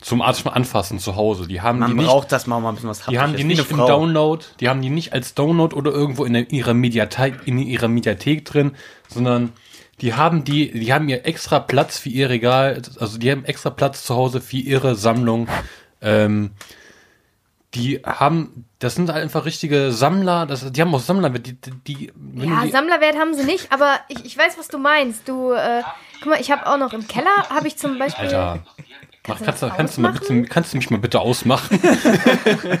Speaker 2: zum Arzt Anfassen zu Hause. Die haben die nicht,
Speaker 1: das mal mal ein bisschen was
Speaker 2: die haben die nicht im Download, die haben die nicht als Download oder irgendwo in der- ihrer Mediathek, in ihrer Mediathek drin, sondern die haben die, die haben ihr extra Platz für ihr Regal, also die haben extra Platz zu Hause für ihre Sammlung. Ähm, die haben, das sind halt einfach richtige Sammler, das, die haben auch Sammler, die, die, die wenn
Speaker 3: Ja,
Speaker 2: du die,
Speaker 3: Sammlerwert haben sie nicht, aber ich, ich weiß, was du meinst. Du, äh, guck mal, ich habe auch noch im Keller, habe ich zum Beispiel.
Speaker 2: Alter. Mach, kannst, du,
Speaker 3: das
Speaker 2: kannst, du mal
Speaker 3: ausmachen?
Speaker 2: bitte, kannst du mich mal bitte ausmachen?
Speaker 3: [LAUGHS]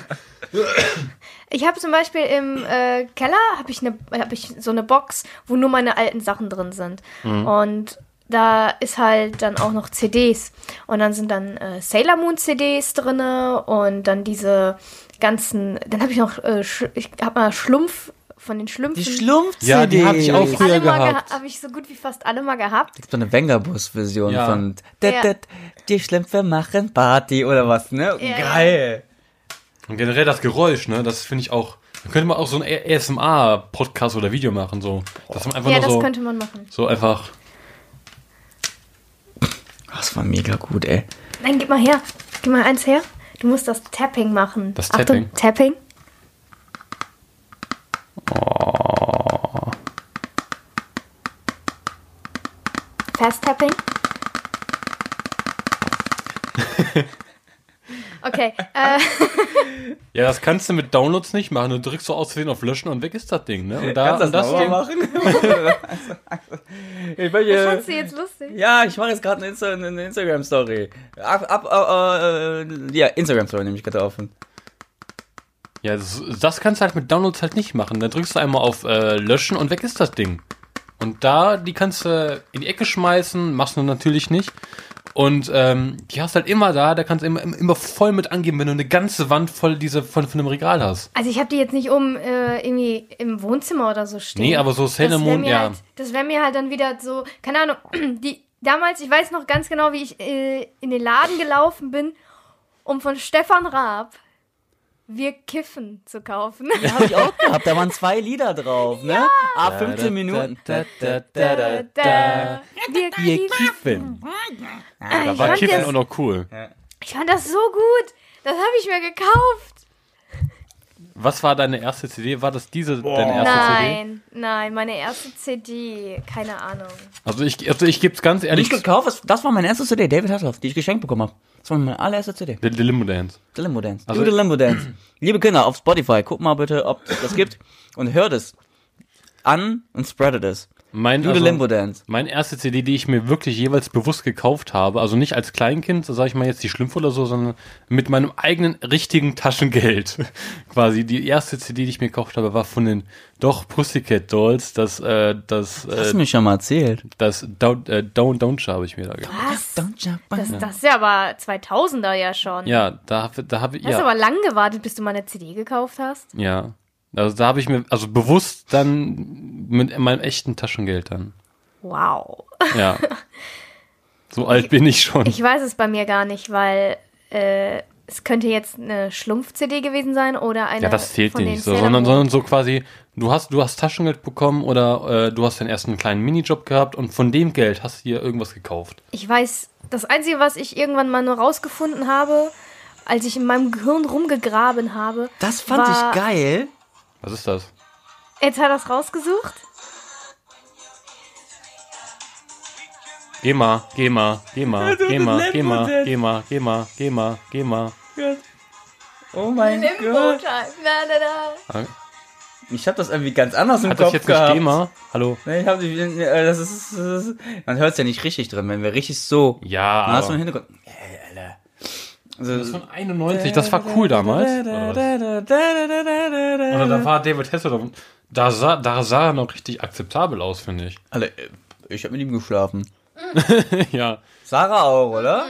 Speaker 3: Ich habe zum Beispiel im äh, Keller habe ich, ne, hab ich so eine Box, wo nur meine alten Sachen drin sind.
Speaker 2: Mhm.
Speaker 3: Und da ist halt dann auch noch CDs. Und dann sind dann äh, Sailor Moon CDs drin und dann diese ganzen. Dann habe ich noch, äh, Sch- ich habe mal Schlumpf von den Schlümpfen.
Speaker 1: Die Schlumpf-CDs.
Speaker 2: Ja, die hab ich auch früher
Speaker 3: alle mal
Speaker 2: gehabt.
Speaker 3: geha- habe ich so gut wie fast alle mal gehabt.
Speaker 1: So eine Wengerbus-Version
Speaker 2: Ja.
Speaker 1: von... Dat, dat, die Schlümpfe machen Party oder was, ne?
Speaker 3: Ja.
Speaker 1: Geil.
Speaker 2: Und generell das Geräusch, ne? Das finde ich auch. Da könnte man auch so ein ASMR-Podcast oder Video machen, so. Dass man einfach
Speaker 3: Ja,
Speaker 2: nur
Speaker 3: das
Speaker 2: so,
Speaker 3: könnte man machen.
Speaker 2: so einfach.
Speaker 1: Oh, Das war mega gut, ey.
Speaker 3: Nein, gib mal her. Gib mal eins her. Du musst das Tapping machen.
Speaker 2: Das
Speaker 3: Achtung, Tapping. Fast Tapping. Okay, äh,
Speaker 2: Ja, das kannst du mit Downloads nicht machen. Du drückst so aus Versehen auf Löschen und weg ist das Ding,
Speaker 1: [LAUGHS]
Speaker 2: ne? Und da,
Speaker 1: Kannst
Speaker 2: und das Ding.
Speaker 1: machen? ich
Speaker 3: das
Speaker 1: möchte,
Speaker 3: [LAUGHS] fandst du jetzt lustig.
Speaker 1: ja, ich mache jetzt gerade eine, Insta eine Instagram-Story. Ab, ab, äh, äh, ja, Instagram-Story nehme ich gerade auf.
Speaker 2: Ja, das, das kannst du halt mit Downloads halt nicht machen. Dann drückst du einmal auf äh, Löschen und weg ist das Ding. Und da, die kannst du in die Ecke schmeißen, machst du natürlich nicht. Und ähm, die hast du halt immer da, da kannst du immer, immer voll mit angeben, wenn du eine ganze Wand voll diese von, von einem Regal hast.
Speaker 3: Also ich habe die jetzt nicht um äh, irgendwie im Wohnzimmer oder so stehen.
Speaker 2: Nee, aber so Sailor
Speaker 3: Das wär
Speaker 2: Moon,
Speaker 3: mir
Speaker 2: ja.
Speaker 3: Halt, das wäre mir halt dann wieder so, keine Ahnung, [CLEARS THROAT] die damals, ich weiß noch ganz genau, wie ich äh, in den Laden gelaufen bin, um von Stefan Raab Wir Kiffen
Speaker 2: [LAUGHS]
Speaker 3: zu kaufen.
Speaker 1: Habe ich auch gehabt, da waren zwei Lieder drauf, ne? Ah, 15 Minuten.
Speaker 3: Da, da, wir kiffen.
Speaker 2: Kiffen.
Speaker 3: Äh,
Speaker 2: Da
Speaker 3: ich,
Speaker 2: war
Speaker 3: fand
Speaker 2: Kiffen auch
Speaker 3: das,
Speaker 2: noch cool.
Speaker 3: ich fand das so gut. Das habe ich mir gekauft.
Speaker 2: Was war deine erste CD? War das diese deine erste CD?
Speaker 3: Nein, nein, meine erste CD, keine Ahnung.
Speaker 2: Also ich, also ich geb's ganz
Speaker 1: Die ich
Speaker 2: ehrlich.
Speaker 1: gekauft habe, das war meine erste CD, David Hasselhoff, die ich geschenkt bekommen habe. Das war meine allererste CD.
Speaker 2: The, the Limo Dance.
Speaker 1: The Limbo Dance.
Speaker 2: Also-
Speaker 1: Also, the Limbo Dance. Liebe Kinder, auf Spotify, guck mal bitte, ob es das gibt. Und hört es an und spreadet es.
Speaker 2: Mein, also
Speaker 1: Do the Limbo Dance.
Speaker 2: Meine erste CD, die ich mir wirklich jeweils bewusst gekauft habe, also nicht als Kleinkind, sage ich mal jetzt die Schlümpfe oder so, sondern mit meinem eigenen richtigen Taschengeld. [LAUGHS] Quasi die erste CD, die ich mir gekauft habe, war von den doch Pussycat Dolls, das äh, das
Speaker 1: Hast
Speaker 2: äh,
Speaker 1: du mir schon mal erzählt.
Speaker 2: das Don't äh, Don't Don't habe ich mir da gekauft.
Speaker 3: Was? Das,
Speaker 1: Don't jump on
Speaker 3: das ist ja aber 2000er ja schon.
Speaker 2: Ja, da habe da habe
Speaker 3: Hast
Speaker 2: ja
Speaker 3: aber lang gewartet, bis du mal eine CD gekauft hast?
Speaker 2: ja. Also da habe ich mir also bewusst dann mit meinem echten Taschengeld dann.
Speaker 3: Wow.
Speaker 1: [LAUGHS]
Speaker 2: Ja. so alt bin ich schon.
Speaker 3: Ich weiß es bei mir gar nicht, weil äh, es könnte jetzt eine Schlumpf-CD gewesen sein oder eine.
Speaker 2: Ja, das zählt
Speaker 3: Äh, von
Speaker 2: dir
Speaker 3: den
Speaker 2: nicht so,
Speaker 3: Sailor
Speaker 2: sondern,
Speaker 3: Moon.
Speaker 2: sondern so quasi, du hast, du hast Taschengeld bekommen oder äh, du hast deinen ersten kleinen Minijob gehabt und von dem Geld hast du dir irgendwas gekauft.
Speaker 3: Ich weiß, das Einzige, was ich irgendwann mal nur rausgefunden habe, als ich in meinem Gehirn rumgegraben habe.
Speaker 1: Das fand
Speaker 3: war,
Speaker 1: ich geil.
Speaker 2: Was ist das?
Speaker 3: Jetzt hat er das rausgesucht.
Speaker 2: Geh mal, geh mal, geh mal,
Speaker 1: du,
Speaker 2: geh
Speaker 1: das
Speaker 2: mal,
Speaker 1: Lambo
Speaker 2: geh mal,
Speaker 1: Dance.
Speaker 2: geh mal, geh mal, geh mal, geh mal.
Speaker 1: Oh mein Gott. Ich habe das irgendwie ganz anders im
Speaker 2: Hat das
Speaker 1: Kopf
Speaker 2: jetzt nicht
Speaker 1: gehabt.
Speaker 2: geh mal? Hallo?
Speaker 1: Nee, ich hab die, äh, das ist, das ist, man hört es ja nicht richtig drin, wenn wir richtig so.
Speaker 2: Ja,
Speaker 1: Man hat so
Speaker 2: aber,
Speaker 1: einen Hintergrund. Äh, Alter.
Speaker 2: das
Speaker 1: Also,
Speaker 2: von 91, das war cool damals. Oder was? Oder da war David Hasselhoff, da sah, da sah er noch richtig akzeptabel aus, finde
Speaker 1: [LAUGHS]
Speaker 2: ich.
Speaker 1: Alter, äh, ich habe mit ihm geschlafen.
Speaker 2: ja.
Speaker 1: Sarah auch, oder?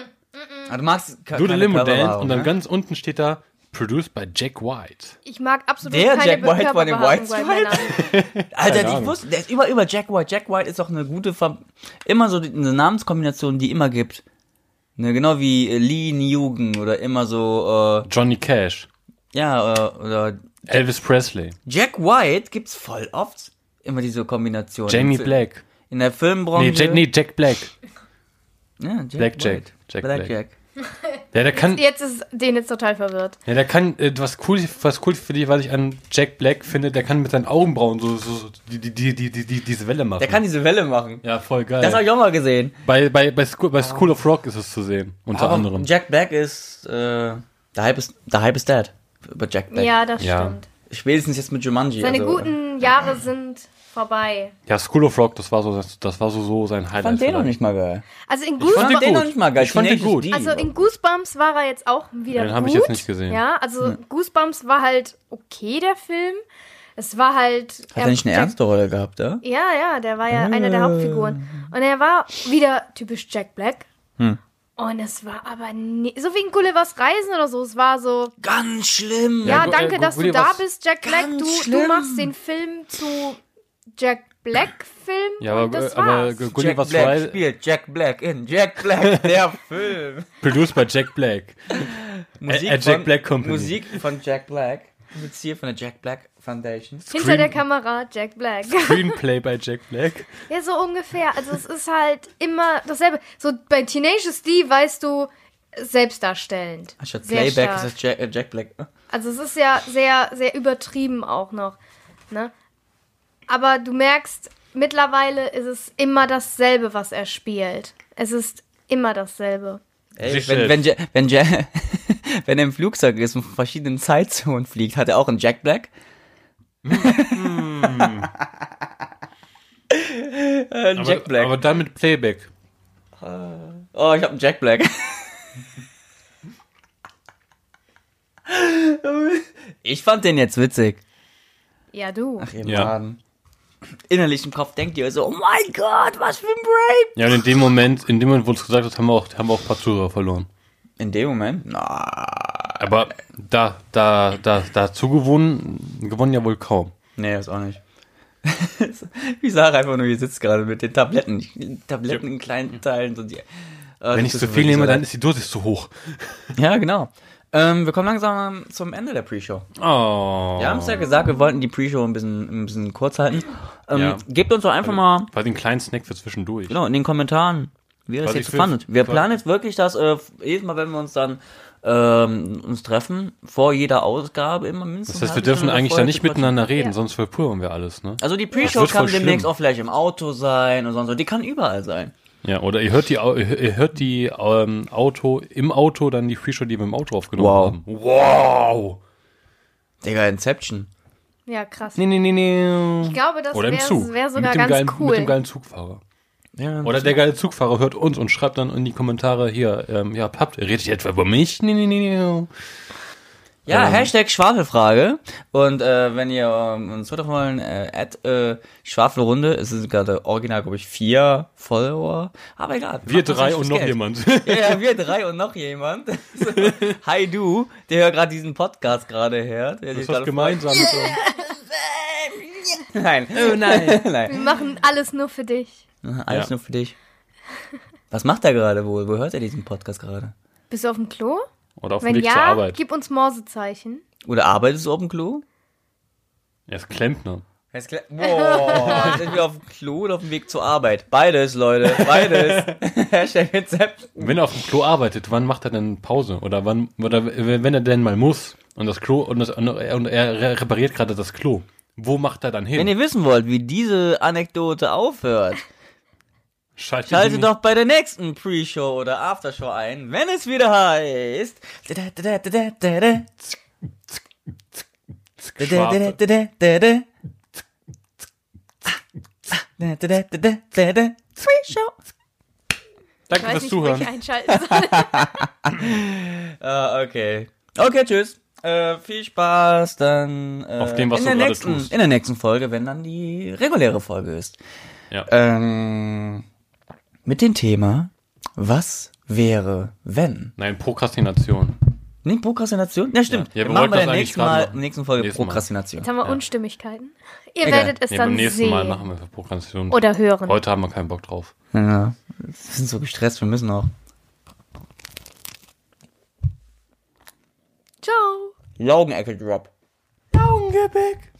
Speaker 1: Ah, du magst ke-
Speaker 2: Du the
Speaker 1: keine
Speaker 2: Limo
Speaker 1: Coverwahrung,
Speaker 2: Dance und dann
Speaker 1: ne?
Speaker 2: ganz unten steht da, produced by Jack White.
Speaker 3: Ich mag absolut
Speaker 1: Der
Speaker 3: keine
Speaker 1: Jack White von den
Speaker 3: Körperbehaarung
Speaker 1: White
Speaker 3: bei
Speaker 1: Stripes?
Speaker 3: Männern.
Speaker 2: Keine
Speaker 1: Alter, ich
Speaker 2: Ahnung.
Speaker 1: wusste, der ist über, über Jack White. Jack White ist auch eine gute, Ver immer so die, eine Namenskombination, die immer gibt. Ne, genau wie äh, Lee Newgen oder immer so,
Speaker 2: Johnny Cash.
Speaker 1: äh, ja, äh, oder
Speaker 2: Elvis Presley,
Speaker 1: Jack White gibt's voll oft. Immer diese Kombination.
Speaker 2: Jamie
Speaker 1: Im Fi-
Speaker 2: Black.
Speaker 1: In der Filmbranche.
Speaker 2: Nee, Jack, nee, Jack Black.
Speaker 1: Ja, Jack
Speaker 2: Black Jack.
Speaker 1: White.
Speaker 2: Jack
Speaker 1: Black
Speaker 2: Black.
Speaker 1: Jack.
Speaker 2: Ja, der kann,
Speaker 3: Jetzt ist den jetzt total verwirrt.
Speaker 2: ja, der kann, äh, was cool, was cool für dich, was ich an Jack Black finde, der kann mit seinen Augenbrauen so, so, so die, die, die, die, die, die, diese Welle machen.
Speaker 1: Der kann diese Welle machen.
Speaker 2: ja, voll
Speaker 1: Das habe
Speaker 2: geil.
Speaker 1: ich auch mal gesehen.
Speaker 2: Bei, bei, bei, School, bei School of Rock ist es zu sehen, unter
Speaker 1: Aber
Speaker 2: anderem.
Speaker 1: Jack Black ist, äh, der Hype ist, der Hype ist dead. Über Jack Black.
Speaker 3: Ja, das
Speaker 2: Ja. äh,
Speaker 3: stimmt.
Speaker 1: Spätestens jetzt mit Jumanji.
Speaker 3: Seine
Speaker 1: also,
Speaker 3: guten Jahre sind vorbei.
Speaker 2: Ja, School of Rock, das war so, das war so, so sein Highlight.
Speaker 1: Ich fand den noch
Speaker 2: vielleicht.
Speaker 1: nicht mal geil.
Speaker 3: Also in
Speaker 1: Ich
Speaker 2: fand
Speaker 1: fand
Speaker 2: den
Speaker 1: den
Speaker 2: gut.
Speaker 1: noch nicht mal geil.
Speaker 2: Ich fand den
Speaker 1: Teenage
Speaker 2: gut.
Speaker 1: D.
Speaker 3: Also in Goosebumps war er jetzt auch wieder
Speaker 2: Den
Speaker 3: gut.
Speaker 2: hab ich jetzt nicht gesehen. Hm.
Speaker 3: Ja, also Goosebumps war halt okay, der Film. Es war halt.
Speaker 1: Hat er nicht eine ernste Rolle gehabt, ja?
Speaker 3: Ja, ja, der war ja einer der
Speaker 1: Ah.
Speaker 3: Hauptfiguren. Und er war wieder typisch Jack Black.
Speaker 1: Hm.
Speaker 3: Und es war aber nie, so wie in Gullivers Reisen oder so. Es war so,
Speaker 1: Ganz schlimm.
Speaker 3: ja,
Speaker 2: Gu-
Speaker 3: danke,
Speaker 2: äh, Gu-
Speaker 3: dass du da
Speaker 2: Gullivers-
Speaker 3: bist, Jack Black.
Speaker 1: Ganz
Speaker 3: Du, du
Speaker 1: schlimm.
Speaker 3: machst den Film zu Jack Black-Film.
Speaker 2: Ja,
Speaker 3: und
Speaker 2: aber, äh,
Speaker 3: das
Speaker 2: aber
Speaker 3: war's.
Speaker 1: Jack
Speaker 2: Gulliver's
Speaker 1: Black
Speaker 2: Reise,
Speaker 1: spielt Jack Black in Jack Black, [LAUGHS] der Film.
Speaker 2: produced by Jack Black. Äh, äh, Jack Black Company.
Speaker 1: Musik von Jack Black. Mit Ziel von der Jack Black Foundation.
Speaker 3: Hinter der
Speaker 2: Screen-
Speaker 3: Kamera Jack Black.
Speaker 2: Screenplay by Jack Black.
Speaker 3: Ja, so ungefähr. Also es ist halt immer dasselbe. So bei Teenage D weißt du, selbstdarstellend.
Speaker 1: Anstatt
Speaker 3: Sehr
Speaker 1: Playback
Speaker 3: stark.
Speaker 1: ist das Jack, äh, Jack Black.
Speaker 3: Also es ist ja sehr, sehr übertrieben auch noch. Ne? Aber du merkst, mittlerweile ist es immer dasselbe, was er spielt. Es ist immer dasselbe.
Speaker 1: Ey,
Speaker 2: Sich
Speaker 1: wenn, wenn, Ja- wenn, Ja- [LAUGHS] wenn er im Flugzeug ist und von verschiedenen Zeitzonen fliegt, hat er auch einen Jack Black? Hm. [LAUGHS] Äh, einen Jack Black.
Speaker 2: Aber, aber dann mit Playback.
Speaker 1: Oh, ich hab einen Jack Black. ich fand den jetzt witzig.
Speaker 3: Ja, du.
Speaker 1: Ach, ihr
Speaker 2: Ja.
Speaker 1: Maden. Innerlich im Kopf denkt ihr so, oh mein Gott, was für ein Break.
Speaker 2: Ja, und in dem Moment, in dem Moment, wo es gesagt hat, haben wir auch, haben wir auch ein paar Zuhörer verloren.
Speaker 1: In dem Moment, na,
Speaker 2: Aber da, da, da, dazu gewonnen, gewonnen ja wohl kaum.
Speaker 1: nee, das auch nicht. [LAUGHS] Wie Sarah einfach nur hier sitzt gerade mit den Tabletten. Die Tabletten in kleinen Teilen. So die, Oh,
Speaker 2: Wenn ich zu viel nehme, dann ist die Dosis zu hoch.
Speaker 1: Ja, genau. Ähm, wir kommen langsam zum Ende der Pre-Show.
Speaker 2: Oh.
Speaker 1: Wir haben es ja gesagt, wir wollten die Pre-Show ein bisschen, ein bisschen kurz halten. Ähm,
Speaker 2: Ja. Also
Speaker 1: Gebt uns doch einfach mal
Speaker 2: Weil den kleinen Snack für zwischendurch.
Speaker 1: Genau, in den Genau, Kommentaren, wie ihr das
Speaker 2: Quasi
Speaker 1: jetzt
Speaker 2: für-
Speaker 1: fandet. Wir
Speaker 2: quasi-
Speaker 1: planen jetzt wirklich, dass äh, jedes Mal, wenn wir uns dann ähm, uns treffen, vor jeder Ausgabe immer mindestens.
Speaker 2: Das heißt,
Speaker 1: eine
Speaker 2: wir
Speaker 1: halbe Stunde
Speaker 2: dürfen eigentlich
Speaker 1: vorher
Speaker 2: da nicht
Speaker 1: zu quatschen.
Speaker 2: miteinander reden,
Speaker 3: Ja.
Speaker 2: sonst verpulvern wir alles, ne?
Speaker 1: Also die
Speaker 2: Das
Speaker 1: Pre-Show
Speaker 2: wird voll
Speaker 1: kann demnächst
Speaker 2: schlimm.
Speaker 1: auch vielleicht im Auto sein und sonst so. Die kann überall sein.
Speaker 2: Ja, oder ihr hört die, Au- ihr ihr hört die ähm, Auto, im Auto dann die Pre-Show, die wir im Auto aufgenommen
Speaker 1: Wow.
Speaker 2: haben. Wow!
Speaker 1: Digga, Inception.
Speaker 3: Ja, krass.
Speaker 2: Nee, nee, nee, nee.
Speaker 3: Ich glaube, das
Speaker 2: oder im Zug.
Speaker 3: wäre wär sogar
Speaker 2: mit dem
Speaker 3: ganz
Speaker 2: geilen,
Speaker 3: cool.
Speaker 2: Mit dem geilen Zugfahrer.
Speaker 1: Ja,
Speaker 2: Oder der geile Zugfahrer hört uns und schreibt dann in die Kommentare hier, ähm, ja, habt, redet ihr etwa über mich? Nee, nee, nee, nee.
Speaker 1: ja
Speaker 2: ähm,
Speaker 1: Hashtag Schwafelfrage. Und äh, wenn ihr ähm, uns twittern wollen, äh, at, äh, Schwafelrunde, es sind gerade original, glaube ich, vier Follower. Aber egal.
Speaker 2: Wir
Speaker 1: Macht uns
Speaker 2: drei
Speaker 1: nicht
Speaker 2: und
Speaker 1: fürs
Speaker 2: noch
Speaker 1: Geld. [LAUGHS]
Speaker 2: jemand.
Speaker 1: Ja, ja, wir drei und noch jemand. So, Hi du, der ja gerade diesen Podcast gerade hört. Der sich
Speaker 2: Das ist was
Speaker 1: gerade
Speaker 2: gemeinsam.
Speaker 1: freut. Nein. Oh nein.
Speaker 3: Wir
Speaker 1: [LAUGHS] nein.
Speaker 3: machen alles nur für dich.
Speaker 1: Alles
Speaker 2: Ja.
Speaker 1: nur für dich. Was macht er gerade wohl? Wo hört er diesen Podcast gerade?
Speaker 3: Bist du auf dem Klo?
Speaker 2: Oder auf dem
Speaker 3: Wenn
Speaker 2: Weg zur
Speaker 3: ja,
Speaker 2: Arbeit.
Speaker 3: gib uns Morsezeichen.
Speaker 1: Oder arbeitest du auf dem Klo?
Speaker 2: Er ist Klempner.
Speaker 1: Jetzt klar. Boah, [LAUGHS] sind wir auf dem Klo oder auf dem Weg zur Arbeit? Beides, Leute, beides. [LAUGHS] Hashtag Rezept.
Speaker 2: Wenn er auf dem Klo arbeitet, wann macht er denn Pause? Oder wann, oder wenn er denn mal muss und das Klo und, das, und er re- repariert gerade das Klo, wo macht er dann hin?
Speaker 1: Wenn ihr wissen wollt, wie diese Anekdote aufhört,
Speaker 2: Schaltet
Speaker 1: schaltet
Speaker 2: ihn-
Speaker 1: doch bei der nächsten Pre-Show oder Aftershow ein, wenn es wieder heißt.
Speaker 2: Schwafe.
Speaker 1: Pre-Show.
Speaker 3: Ich
Speaker 2: Danke
Speaker 3: weiß
Speaker 2: fürs
Speaker 3: nicht, wo ich
Speaker 2: Zuhören.
Speaker 3: einschalten soll.
Speaker 1: Ah, okay. Okay, tschüss. Äh, viel Spaß dann äh,
Speaker 2: Auf dem, was
Speaker 1: in,
Speaker 2: du
Speaker 1: der
Speaker 2: gerade
Speaker 1: nächsten,
Speaker 2: tust.
Speaker 1: in der nächsten Folge, wenn dann die reguläre Folge ist.
Speaker 2: Ja.
Speaker 1: Ähm, mit dem Thema Was wäre, wenn?
Speaker 2: Nein, Prokrastination.
Speaker 1: Nicht Prokrastination? Ja, stimmt.
Speaker 2: Ja, wir
Speaker 1: wir machen
Speaker 2: wollten
Speaker 1: bei der
Speaker 2: das eigentlich
Speaker 1: nächsten
Speaker 2: gerade
Speaker 1: Mal,
Speaker 2: machen.
Speaker 1: nächsten Folge
Speaker 2: Nächsten Mal.
Speaker 1: Prokrastination.
Speaker 3: Jetzt haben wir Unstimmigkeiten. Ihr
Speaker 1: Egal.
Speaker 3: werdet es
Speaker 2: Nee,
Speaker 3: dann
Speaker 2: beim nächsten
Speaker 3: sehen.
Speaker 2: Mal machen wir für Prokrastination.
Speaker 3: Oder hören.
Speaker 2: Heute haben wir keinen Bock drauf.
Speaker 1: Ja, wir sind so gestresst, wir müssen auch.
Speaker 3: Ciao.
Speaker 1: Laugenecke-Drop.
Speaker 2: Augengebäck.